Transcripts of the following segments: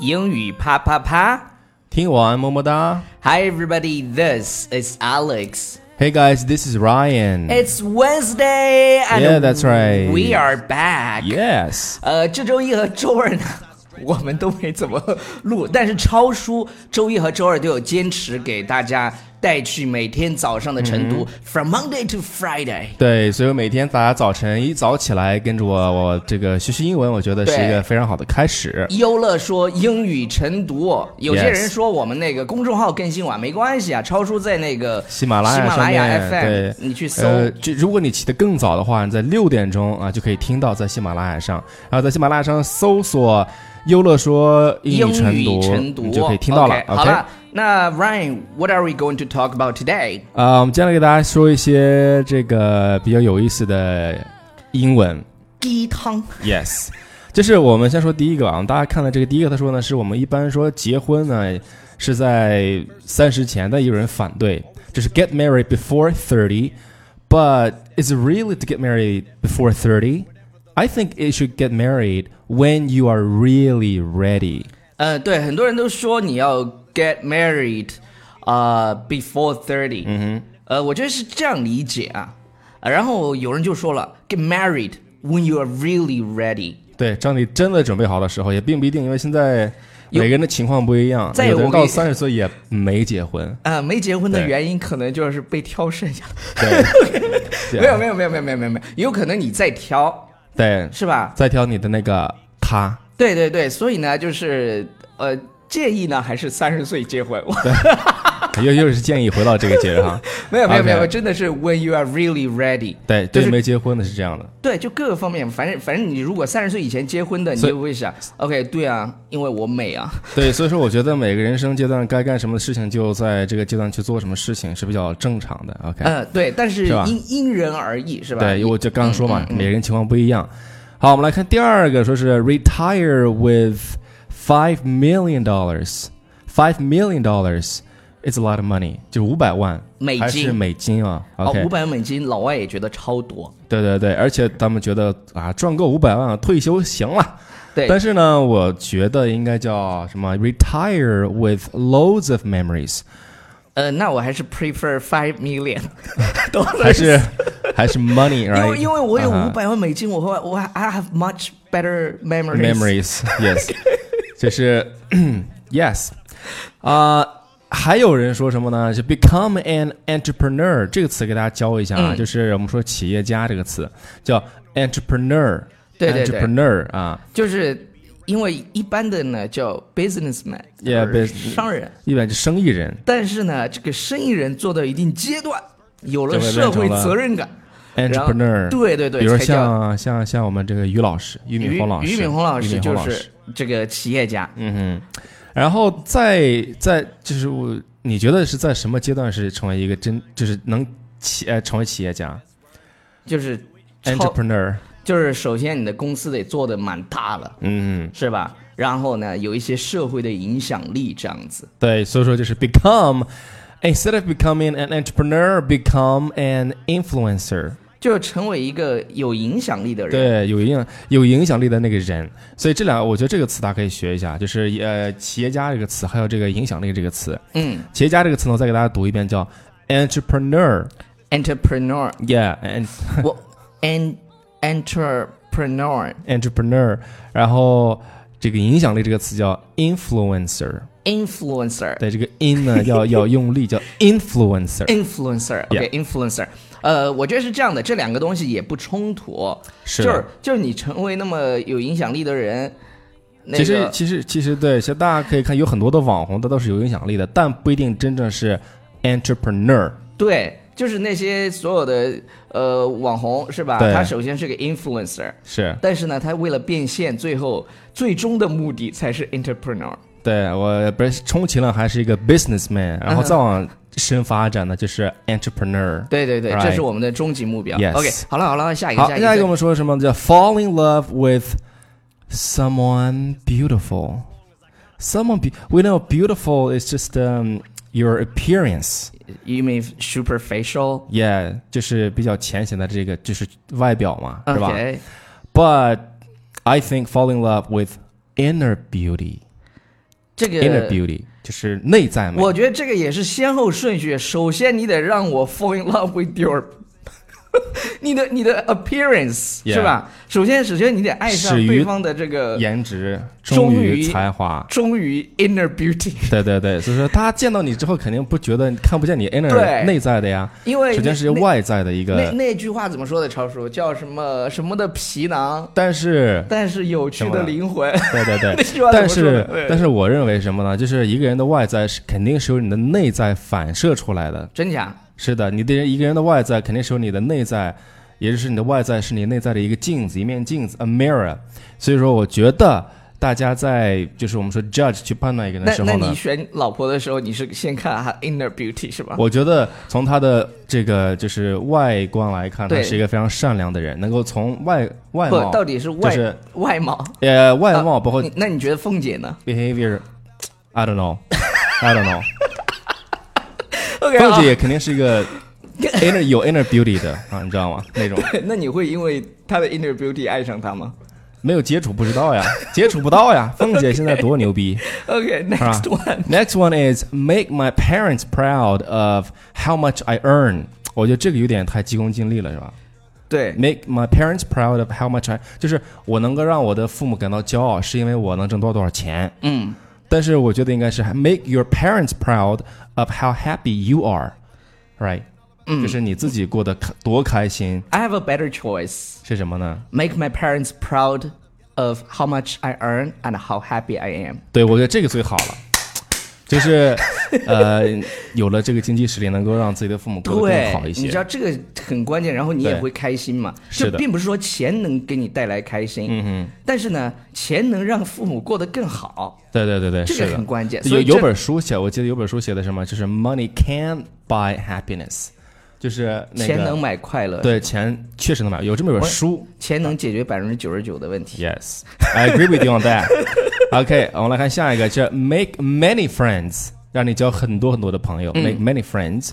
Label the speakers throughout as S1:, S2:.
S1: 英语啪啪啪
S2: 听完么么哒。
S1: ！Hi everybody, this is Alex.
S2: Hey guys, this is Ryan.
S1: It's Wednesday, and
S2: Yeah, that's right.
S1: We are back.
S2: Yes，
S1: 呃，这周一和周二呢，我们都没怎么录，但是超叔周一和周二都有坚持给大家带去每天早上的晨
S2: 嗯
S1: 读、f r o m Monday to Friday。
S2: 对，所以每天大家早晨一早起来跟着我，我这个学习英文，我觉得是
S1: 对
S2: 一个非常好的开始。
S1: 优乐说英语晨读，有些
S2: Yes
S1: 人说我们那个公众号更新晚没关系啊，超叔在那个
S2: 喜马拉雅
S1: 喜马
S2: 上
S1: 拉雅
S2: 面，对
S1: FM，，你去搜。
S2: 呃，就如果你起得更早的话，你在六点钟啊就可以听到在喜马拉雅上，然后在喜马拉雅上搜索“优乐说英
S1: 英
S2: 语晨
S1: 语
S2: 读”，
S1: 晨读
S2: 你就可以听到了。
S1: OK，好了，那 Ryan，what are we going to talk about today？
S2: 啊，我们接下来给大家说一些这个比较有意思的英文。
S1: 鸡汤。
S2: Yes，就是我们先说第一个啊，大家看到这个第一个，他说呢，是我们一般说结婚呢是在三十前，但有人反对，就是 get married before thirty。But is it really to get married before thirty? I think it should get married when you are really ready.
S1: 呃，对，很多人都说你要 get married，呃，before thirty。嗯哼。呃，我觉得是这样理解啊。呃然后有人就说了，get married when you are really ready。
S2: 对，当你真的准备好的时候，也并不一定，因为现在
S1: 有
S2: 每个人的情况不一样，
S1: 再有
S2: 有的人
S1: 我给
S2: 到三十岁也没结婚。
S1: 呃，没结婚的
S2: 对
S1: 原因可能就是被挑剩下了。
S2: 对，对啊
S1: 没有，没有，没有，没有，没有，没有，没有，有可能你在挑，
S2: 对，
S1: 是吧？
S2: 再挑你的那个他。
S1: 对对对，所以呢，就是呃，建议呢还是三十岁结婚。
S2: 又又是建议回到这个节哈，
S1: 没有没有没有，
S2: OK
S1: 真的是 when you are really ready。
S2: 对，
S1: 就
S2: 对
S1: 是
S2: 没结婚的是这样的，
S1: 对，就各个方面，反正反正你如果三十岁以前结婚的，你
S2: 所以
S1: 就会想，OK，对啊，因为我美啊。
S2: 对，所以说我觉得每个人生阶段该干什么事情就在这个阶段去做什么事情是比较正常的，OK，、
S1: 嗯、对，但是
S2: 是吧
S1: 因因人而异，是吧？嗯
S2: 对，
S1: 你
S2: 我就刚刚说嘛，每个人情况不一样。好，我们来看第二个，说是 retire with five million dollars，five million dollars。It's a lot of money，就是五百万
S1: 美金
S2: 还是美金啊
S1: 哦
S2: ？OK，、，
S1: 五百美金，老外也觉得超多。
S2: 对对对，而且他们觉得啊，赚够五百万退休行了，
S1: 对，
S2: 但是呢，我觉得应该叫什么？Retire with loads of memories，
S1: 呃，那我还是 prefer five million，都
S2: 还是还是 money，
S1: 因为
S2: right？
S1: 因为我有
S2: 啊
S1: 五
S2: 哈
S1: 百万美金，我会我还 I have much better memories。
S2: memories，yes，就是 yes，啊、还有人说什么呢？就 become an entrepreneur 这个词给大家教一下啊，
S1: 嗯
S2: 就是我们说企业家这个词叫 entrepreneur，
S1: 对对对
S2: e n t r e p r e n e u r 啊，
S1: 就是因为一般的呢叫 businessman，
S2: Yeah，
S1: 就是
S2: business-
S1: 商人。
S2: 一般是生意人
S1: 但是呢，这个生意人做到一定阶段，有了
S2: 就会
S1: 社会
S2: 变成了
S1: 责任感然后
S2: ，entrepreneur，
S1: 对对对，
S2: 比如
S1: 才叫
S2: 像像像我们这个于老师，俞
S1: 俞
S2: 敏洪老师，
S1: 俞敏洪老
S2: 俞
S1: 师
S2: 敏
S1: 就
S2: 洪老师
S1: 是这个企业家。
S2: 嗯哼，然后再再就是我，你觉得是在什么阶段是成为一个真就是能企呃成为企业家
S1: 就是超，
S2: entrepreneur？
S1: 就是首先你的公司得做的蛮大了，
S2: 嗯，
S1: 是吧？然后呢，有一些社会的影响力这样子。
S2: 对，所以说就是 become instead of becoming an entrepreneur, become an influencer。
S1: 就成为一个有影响力的人，
S2: 对，有影有影响力的那个人，所以这俩我觉得这个词大家可以学一下，就是呃企业家这个词，还有这个影响力这个词。
S1: 嗯
S2: 企业家这个词呢，我再给大家读一遍，叫 entrepreneur。
S1: ，entrepreneur，
S2: Yeah，and
S1: 我 en entrepreneur
S2: entrepreneur，然后这个影响力这个词叫 influencer，
S1: influencer
S2: 对这个 in 呢要要用力，叫 influencer，
S1: influencer，OK、influencer，呃，我觉得是这样的，这两个东西也不冲突，
S2: 是
S1: 就是就是你成为那么有影响力的人，那
S2: 其实
S1: 个
S2: 其实其实对，其实大家可以看有很多的网红，他都是有影响力的，但不一定真正是 entrepreneur。
S1: 对，就是那些所有的呃网红是吧？
S2: 对
S1: 他首先是个 influencer，
S2: 是
S1: 但是呢，他为了变现，最后最终的目的才是 entrepreneur。
S2: 对我不是充其量还是一个 businessman，然
S1: 嗯
S2: 后再往深发展呢就是 entrepreneur。
S1: 对对对
S2: Right
S1: 这是我们的终极目标。
S2: Yes
S1: OK，好了好了，下一个
S2: 好，
S1: 下一
S2: 下一个
S1: 个
S2: 我们说什么叫 fall in love with someone beautiful。Someone be we know beautiful is just um your appearance.
S1: y o u mean superficial？
S2: Yeah，就是比较浅显的这个就是外表嘛，是吧
S1: OK，
S2: ？But I think fall in love with inner beauty.
S1: 这个
S2: inner beauty 就是内在美。
S1: 呃我觉得这个也是先后顺序。首先，你得让我 fall in love with your，你的你的 appearance
S2: Yeah
S1: 是吧？首先，首先你得爱上
S2: 始于
S1: 对方的这个，
S2: 颜值
S1: 忠
S2: 忠于
S1: 于
S2: 才华，
S1: 忠于 inner beauty，
S2: 对对对，所以说他见到你之后肯定不觉得看不见你 inner
S1: 对
S2: 内在的呀，
S1: 因为
S2: 首先是
S1: 那
S2: 外在的一
S1: 那
S2: 个，
S1: 那句话怎么说的？超叔叫什么什么的皮 囊，
S2: 但是
S1: 但是有趣
S2: 什么
S1: 的灵魂。
S2: 对 对对
S1: 那，句话怎么
S2: 但
S1: 说的
S2: 是
S1: 对
S2: 但是我认为什么呢？就是一个人的外在是肯定是由你的内在反射出来的，
S1: 真假？
S2: 是的，你的一个人的外在肯定是由你的内在，也就是你的外在是你内在的一个镜子，一面镜子，a mirror。所以说，我觉得大家在就是我们说 judge 去判断一个人
S1: 那
S2: 的时
S1: 那
S2: 候呢
S1: 你，选老婆的时候，你是先看她 inner beauty 是吧？
S2: 我觉得从他的这个就是外观来看，他
S1: 对
S2: 是一个非常善良的人，能够从外外
S1: 不，
S2: 貌，
S1: 到底是啊外、
S2: 就是
S1: 外貌？
S2: 呃外貌包括
S1: 你那你觉得凤姐 呢
S2: behavior，I don't know，I don't know，
S1: ？OK，
S2: 凤
S1: 好
S2: 姐也肯定是一个 inner 有 inner beauty 的啊，你知道吗？那种。
S1: 那你会因为他的 inner beauty 爱上他 吗
S2: 没有接触不知道呀，接触不到呀。凤姐现在多牛逼！啊
S1: ？OK，next、
S2: 是
S1: one，
S2: Next one is make my parents proud of how much I earn。我觉得这个有点太急功近利了，是吧
S1: 对，
S2: ？Make my parents proud of how much I，就是我能够让我的父母感到骄傲，是因为我能挣多少多少钱。
S1: 嗯，
S2: 但是我觉得应该是 make your parents proud of how happy you are，right？嗯，就是你自己过得开多开心
S1: I have a better choice.
S2: 是什么呢？
S1: Make my parents proud of how much I earn and how happy I am.
S2: 对，我觉得这个最好了，就是呃，有了这个经济实力，能够让自己的父母过得更好一
S1: 你
S2: 些
S1: 知。道这个很关键，然后你也
S2: 对
S1: 会开心嘛。
S2: 是
S1: 这
S2: 的
S1: 并不是说钱能给你带来开心，嗯但是呢，钱能让父母过得更好，
S2: 对对对对，
S1: 这
S2: 是
S1: 个
S2: 的
S1: 很。关键。所
S2: 有
S1: 以
S2: 有
S1: 这
S2: 本书写，我记得有本书写的什么，就是 money can buy happiness，就是那个
S1: 钱能买快乐，，
S2: 对钱确实能买，有这么一本书。
S1: 钱能解决百分之九十九的问题。
S2: Yes，I agree with you on that。OK，我们来看下一个，这 make many friends，让你交很多很多的朋
S1: 嗯
S2: 友、m a k e many friends。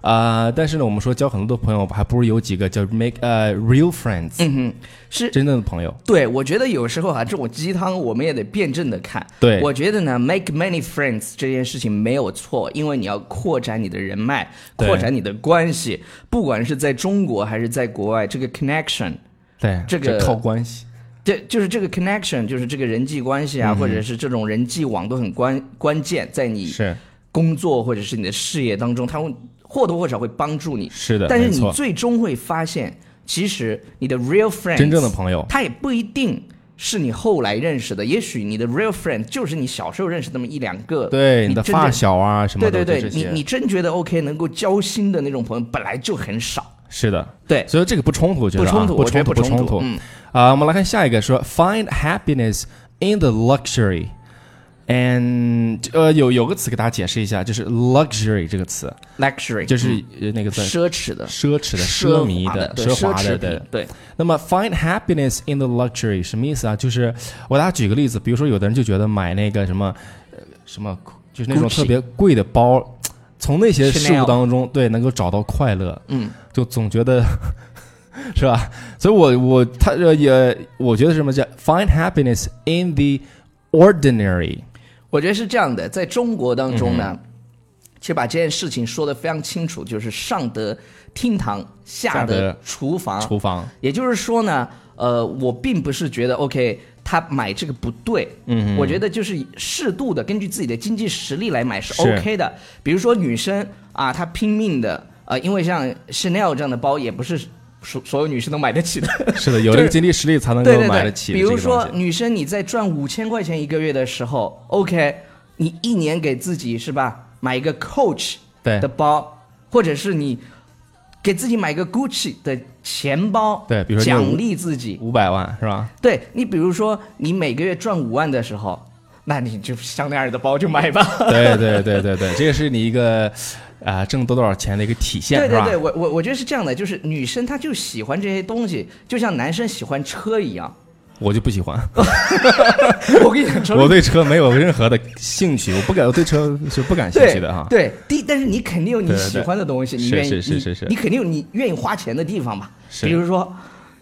S2: 啊、但是呢，我们说交很多的朋友，还不如有几个叫 make 呃、real friends，、
S1: 嗯是
S2: 真正的朋友。
S1: 对，我觉得有时候啊，这种鸡汤我们也得辩证的看。
S2: 对
S1: 我觉得呢，make many friends 这件事情没有错，因为你要扩展你的人脉，
S2: 对
S1: 扩展你的关系，不管是在中国还是在国外，这个 connection，
S2: 对，
S1: 这个
S2: 靠关系。
S1: 这就是这个 connection，就是这个人际关系
S2: 嗯
S1: 啊，或者是这种人际网都很关关键，在你
S2: 是
S1: 工作或者是你的事业当中，它会或多或少会帮助你。
S2: 是的，
S1: 但是
S2: 没
S1: 你
S2: 错
S1: 最终会发现，其实你的 real friends
S2: 真正的朋友，
S1: 他也不一定是你后来认识的，也许你的 real friend 就是你小时候认识那么一两个，
S2: 对你
S1: 你
S2: 的
S1: 真
S2: 发
S1: 正
S2: 小啊什么
S1: 对
S2: 的，
S1: 对
S2: 就
S1: 对，
S2: 这
S1: 你
S2: 些
S1: 你真觉得 OK 能够交心的那种朋友本来就很少，
S2: 是的，
S1: 对，
S2: 所以这个不冲突，我觉得啊
S1: 不冲突
S2: 不
S1: 我觉
S2: 冲
S1: 得
S2: 突，
S1: 不冲
S2: 冲
S1: 突嗯
S2: 突。啊，我们来看下一个，说 find happiness in the luxury。and 呃，有有个词给大家解释一下，就是 luxury 这个词，
S1: luxury
S2: 就是呃那个字
S1: 嗯奢侈的、
S2: 奢侈的、奢
S1: 奢
S2: 靡
S1: 华
S2: 的、
S1: 对
S2: 奢华
S1: 侈
S2: 的，
S1: 品
S2: 对。
S1: 对，
S2: 那么 find happiness in the luxury 什么意思啊？就是我大家举个例子，比如说有的人就觉得买那个什么，呃，什么就是那种
S1: Gucci
S2: 特别贵的包，从那些事物
S1: Chanel
S2: 当中，对，能够找到快乐，
S1: 嗯，
S2: 就总觉得 是吧？所以我我他呃也我觉得什么叫 find happiness in the ordinary，
S1: 我觉得是这样的，在中国当中
S2: 嗯
S1: 呢，其实把这件事情说得非常清楚，就是上得厅堂，
S2: 下
S1: 下
S2: 得
S1: 得厨房，
S2: 厨 房
S1: 也就是说呢，呃，我并不是觉得 OK，他买这个不对，嗯，我觉得就是适度的，根据自己的经济实力来买是
S2: 是
S1: OK 的。比如说女生啊，她拼命的，呃，因为像 Chanel 这样的包也不是所所有女生都买得起 的，
S2: 是的，有
S1: 就
S2: 这
S1: 是
S2: 个经济实力才能够
S1: 对对
S2: 买
S1: 对
S2: 得。起
S1: 比
S2: 这个
S1: 如
S2: 东
S1: 说
S2: 西。
S1: 女生你在赚五千块钱一个月的时候，OK，你一年给自己是吧，买一个 Coach
S2: 对
S1: 的包，或者是你。给自己买个 Gucci 的钱包，
S2: 对比如说你有
S1: 奖励自己，
S2: 五百万是 吧？
S1: 对你，比如说你每个月赚五万的时候，那你就香奈儿的包就买 吧。
S2: 对对对对对，这个是你一个啊、挣多多少钱的一个体现，
S1: 对对对，
S2: 是吧？
S1: 我我我觉得是这样的，就是女生她就喜欢这些东西，就像男生喜欢车一 样。
S2: 我就不 喜欢，
S1: 我跟你讲，车
S2: 我对车没有任何的兴趣，我不敢，我对车是不感兴趣
S1: 对
S2: 的哈。
S1: 对，第一但是你肯定有
S2: 对
S1: 你
S2: 对对
S1: 喜欢的东西，
S2: 是
S1: 你愿意，
S2: 是是是
S1: 你
S2: 是
S1: 你肯定有你愿意花钱的地方吧？
S2: 是
S1: 比如说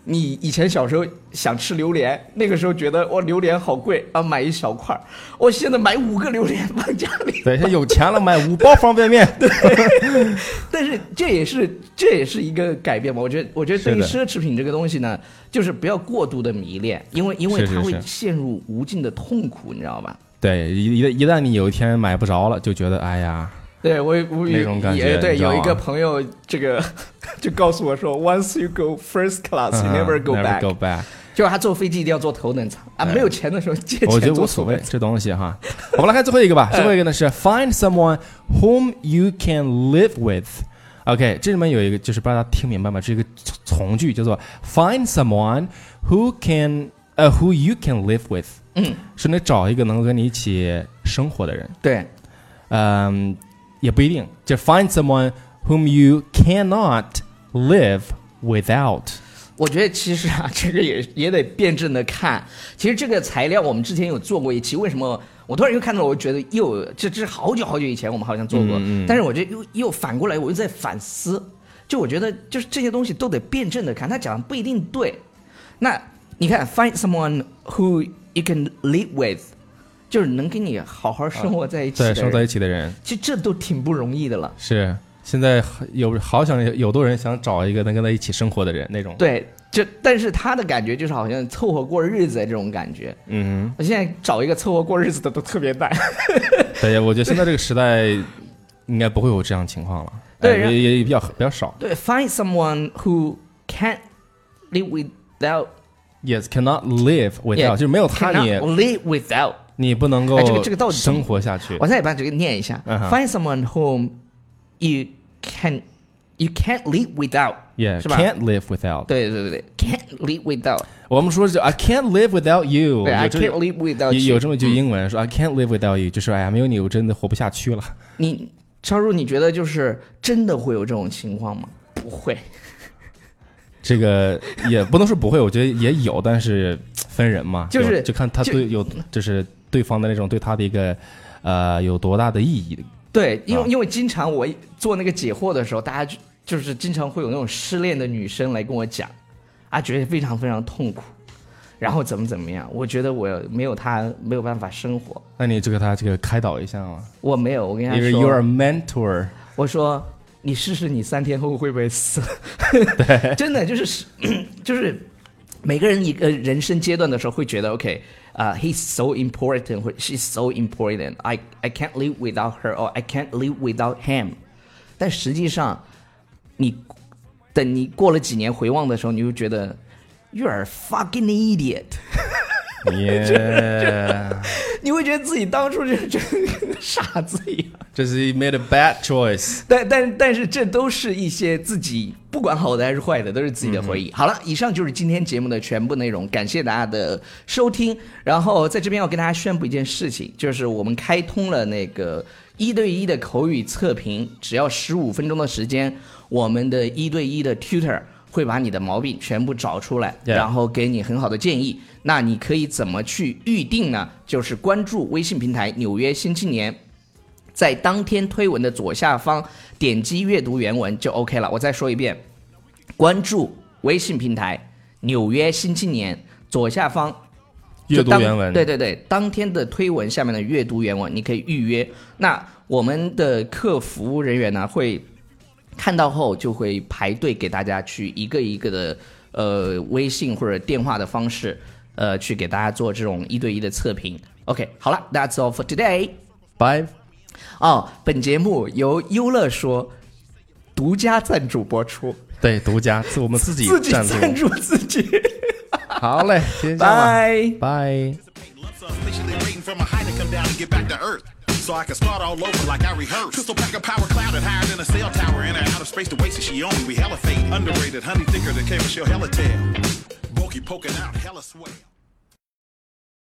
S1: 你以前小时候想吃榴莲，那个时候觉得哇榴莲好贵啊，买一小块儿。我现在买五个榴莲放家里，
S2: 对他有钱了，买五包方便面。
S1: 但是这也是这也是一个改变吧。我觉得，我觉得对于
S2: 是
S1: 奢侈品这个东西呢，就是不要过度的迷恋，因为因为
S2: 是是
S1: 它会
S2: 是
S1: 陷入无尽的痛苦，你知道吧？
S2: 对，一一旦一旦你有一天买不着了，就觉得哎呀，
S1: 对我也我也
S2: 那种感觉
S1: 也对，
S2: 你知道
S1: 有
S2: 吗
S1: 一个朋友这个 就告诉我说，once you go first class, you
S2: 嗯
S1: never go back，、
S2: go back。
S1: 就是他坐飞机一定要坐头等舱啊，
S2: 哎
S1: 没有钱的时候借
S2: 我 觉
S1: 钱
S2: 得
S1: 坐头
S2: 无所
S1: 等
S2: 谓。这东西哈。 我们来看最后一个
S1: 嗯
S2: 吧，最后一个呢是 find someone whom you can live with。OK，这里面有一个就是不知道大家听明白吗？这个从句叫做 find someone who can 呃、who you can live with。
S1: 嗯，
S2: 是你找一个能跟你一起生活的人。
S1: 对，
S2: 嗯，也不一定，就 find someone whom you cannot live without。
S1: 我觉得其实啊，这个也也得辩证的看。其实这个材料我们之前有做过一期，为什么我突然又看到了？我觉得又这这是好久好久以前我们好像做过，
S2: 嗯
S1: 但是我觉得又又反过来，我又在反思。就我觉得就是这些东西都得辩证的看，他讲的不一定对。那你看，find someone who you can live with，就是能跟你好好生活在一起的人，
S2: 啊对，生活在一起的人
S1: 其实这都挺不容易的了。
S2: 是现在有好想有多人想找一个能跟他一起生活的人那种。
S1: 对，就但是他的感觉就是好像凑合过日子这种感觉。
S2: 嗯
S1: 我现在找一个凑合过日子的都特别难。
S2: 哼，对，我觉得现在这个时代应该不会有这样情 况了，
S1: 对
S2: 哎
S1: 然后
S2: 也也也比较比较少。
S1: 对，find someone who can't live without，
S2: Yes, cannot live without，
S1: Yeah，
S2: 就是没有他
S1: cannot
S2: 你
S1: live without。
S2: 你不能够
S1: 哎这个这个到底怎么
S2: 生活下去。
S1: 我再把这个念一下、
S2: 嗯哼
S1: f i n d someone whom you can you can't live without。
S2: Yeah,
S1: 是吧
S2: can't live without。
S1: 对对对对，can't live without，
S2: 我们说是 I can't live without you
S1: 对
S2: 有
S1: ，I
S2: 这个。
S1: can't live without
S2: 有
S1: you
S2: 有这么一句英文说 "I can't live without you"，就是哎呀，没有你我真的活不下去了。
S1: 你超叔，你觉得就是真的会有这种情况吗？不会，
S2: 这个也不能说不会，我觉得也有，但是分人嘛，
S1: 就是
S2: 有就看他
S1: 就
S2: 对有就是对方的那种对他的一个呃有多大的意义。
S1: 对，因为、
S2: 啊
S1: 因为经常我做那个解惑的时候，大家就就是经常会有那种失恋的女生来跟我讲，啊，觉得非常非常痛苦，然后怎么怎么样，我觉得我没有她没有办法生活，
S2: 那你就给他这个开导一下嘛，
S1: 我没有，我跟她
S2: 因为 you're
S1: 说，
S2: a mentor，
S1: 我说你试试，你三天后会不会死？真的就是 就是每个人一个人生阶段的时候会觉得 OK 啊、h e s so important 或者 she's so important，I I can't live without her or I can't live without him，但实际上你等你过了几年回望的时候，你就觉得 you are a fucking idiot，
S2: yeah，
S1: 你会觉得自己当初就是真的跟个 傻子一样。
S2: 这是 made a bad choice。
S1: 但但但是这都是一些自己不管好的还是坏的，都是自己的回忆。好了，以上就是今天节目的全部内容，感谢大家的收听。然后在这边要跟大家宣布一件事情，就是我们开通了那个一对一的口语测评，只要十五分钟的时间，我们的一对一的 tutor。会把你的毛病全部找出来
S2: Yeah
S1: 然后给你很好的建议。那你可以怎么去预定呢？就是关注微信平台《纽约新青年》，在当天推文的左下方点击阅读原文就 OK 了。我再说一遍，关注微信平台《纽约新青年》，左下方
S2: 阅
S1: 就
S2: 读
S1: 当
S2: 原文，
S1: 对对对，当天的推文下面的阅读原文，你可以预约。那我们的客服人员呢，会看到后就会排队给大家去一个一个的呃微信或者电话的方式，呃，去给大家做这种一对一的测评。OK，好了，That's all for today。
S2: ，bye。
S1: 哦，本节目由优乐说独家赞助播出，
S2: 对，独家是我们自己
S1: 自己
S2: 赞助。
S1: 赞助自 己，
S2: 好嘞，谢谢啊，
S1: 拜。
S2: 拜。
S3: make lumps up. Patiently waiting for my high to come down and get back to earth. So I can start all over like I rehearsed. Crystal pack of power clouded higher than a cell tower. In her outer space, the waste that she owned, we hella fade. Underrated, honey thicker than K. Michelle Hella tail. Bulky poking out, hella swell.